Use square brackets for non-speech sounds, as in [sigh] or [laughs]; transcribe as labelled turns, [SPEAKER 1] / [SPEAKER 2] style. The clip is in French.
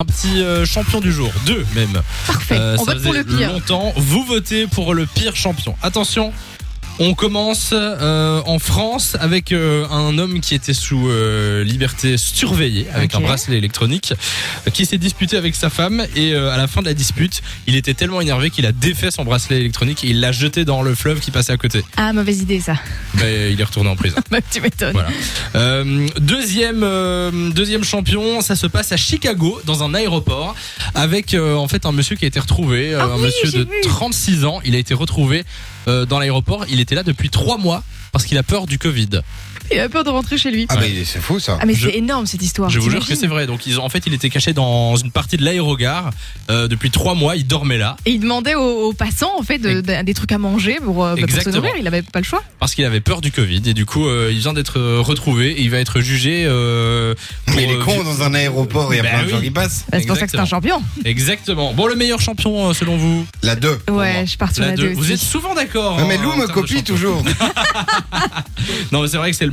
[SPEAKER 1] Un petit euh, champion du jour, deux même.
[SPEAKER 2] Parfait.
[SPEAKER 1] Euh,
[SPEAKER 2] on
[SPEAKER 1] ça
[SPEAKER 2] vote pour
[SPEAKER 1] faisait
[SPEAKER 2] le pire.
[SPEAKER 1] Longtemps, vous votez pour le pire champion. Attention, on commence euh, en France avec euh, un homme qui était sous euh, liberté surveillée avec
[SPEAKER 2] Ok.
[SPEAKER 1] un bracelet électronique, euh, qui s'est disputé avec sa femme et euh, à la fin de la dispute, il était tellement énervé qu'il a défait son bracelet électronique et il l'a jeté dans le fleuve qui passait à côté.
[SPEAKER 2] Ah, mauvaise idée
[SPEAKER 1] [laughs]
[SPEAKER 2] ça.
[SPEAKER 1] Mais il est retourné en prison.
[SPEAKER 2] Bah, tu m'étonnes.
[SPEAKER 1] Voilà. Euh, deuxième, euh, deuxième champion, ça se passe à Chicago, dans un aéroport, avec euh, en fait un monsieur qui a été retrouvé, euh,
[SPEAKER 2] Ah
[SPEAKER 1] un
[SPEAKER 2] oui,
[SPEAKER 1] monsieur
[SPEAKER 2] j'ai
[SPEAKER 1] de
[SPEAKER 2] vu.
[SPEAKER 1] 36 ans. Il a été retrouvé euh, dans l'aéroport. Il était là depuis trois mois parce qu'il a peur du Covid.
[SPEAKER 2] Il a peur de rentrer chez lui.
[SPEAKER 3] Ah
[SPEAKER 2] Ah,
[SPEAKER 3] mais c'est fou ça.
[SPEAKER 2] mais
[SPEAKER 1] Je-
[SPEAKER 2] c'est énorme cette histoire.
[SPEAKER 1] Je vous jure que c'est
[SPEAKER 2] t'imagines
[SPEAKER 1] vrai. Donc ils ont, en fait, il était caché dans une partie de l'aérogare euh, depuis trois mois. Il dormait là
[SPEAKER 2] Et il demandait aux, aux passants en fait de- de- des trucs à manger pour, euh, bah, pour se
[SPEAKER 1] Exactement.
[SPEAKER 2] nourrir. Il avait pas le choix.
[SPEAKER 1] parce qu'il avait peur du Covid et du coup, euh, il vient d'être euh, retrouvé et il va être jugé. euh, pour,
[SPEAKER 3] Mais il est
[SPEAKER 1] euh,
[SPEAKER 3] con dans un aéroport, il y a
[SPEAKER 1] Bah
[SPEAKER 3] plein de
[SPEAKER 1] oui.
[SPEAKER 3] gens qui passent.
[SPEAKER 2] Bah, c'est pour ça que c'est un champion.
[SPEAKER 1] Exactement. Bon, le meilleur champion euh, selon vous
[SPEAKER 3] La 2.
[SPEAKER 2] Ouais, je pars sur
[SPEAKER 1] La
[SPEAKER 2] la
[SPEAKER 1] deux.
[SPEAKER 2] 2
[SPEAKER 1] Vous
[SPEAKER 2] aussi.
[SPEAKER 1] êtes souvent d'accord.
[SPEAKER 3] Non mais
[SPEAKER 1] hein,
[SPEAKER 3] Lou
[SPEAKER 1] en
[SPEAKER 3] me
[SPEAKER 1] termes de
[SPEAKER 3] copie
[SPEAKER 1] champion.
[SPEAKER 3] toujours.
[SPEAKER 1] Non, mais c'est vrai que c'est le